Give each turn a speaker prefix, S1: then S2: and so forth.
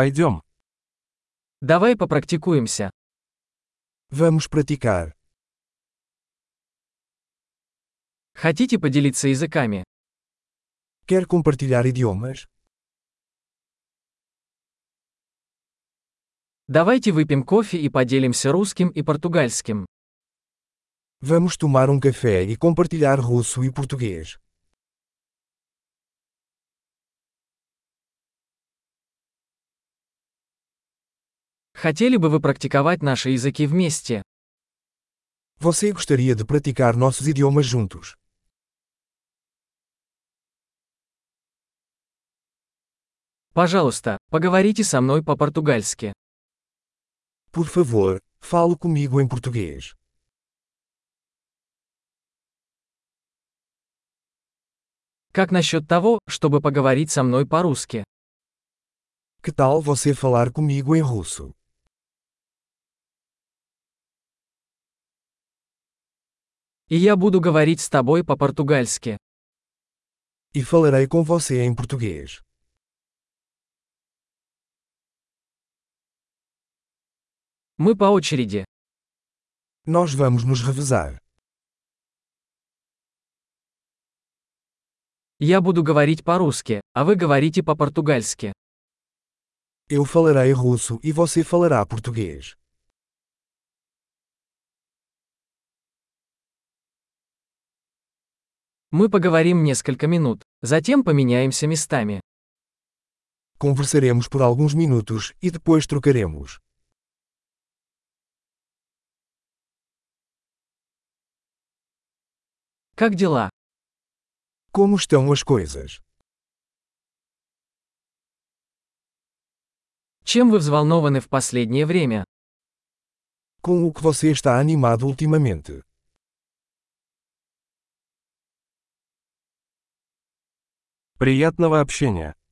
S1: Пойдем.
S2: Давай попрактикуемся.
S3: Vamos praticar.
S2: Хотите поделиться языками?
S3: Quer compartilhar idiomas?
S2: Давайте выпьем кофе и поделимся русским и португальским.
S3: Vamos tomar um café e compartilhar russo e português.
S2: Хотели бы вы практиковать наши языки вместе?
S3: Você gostaria de praticar nossos idiomas juntos?
S2: Пожалуйста, поговорите со мной по-португальски.
S3: Por favor, fale comigo em português.
S2: Как насчет того, чтобы поговорить со мной по-русски?
S3: Que tal você falar comigo em russo?
S2: И я буду говорить с тобой по-португальски.
S3: E falarei com você em português.
S2: Мы по очереди.
S3: Nós vamos nos revezar.
S2: Я буду говорить по-русски, а вы говорите по-португальски.
S3: Eu falarei russo e você falará português.
S2: Мы поговорим несколько минут, затем поменяемся местами.
S3: Conversaremos por alguns minutos e depois trocaremos.
S2: Как дела?
S3: Como estão as coisas?
S2: Чем вы взволнованы в последнее время?
S3: Com o que você está animado ultimamente?
S1: Приятного общения.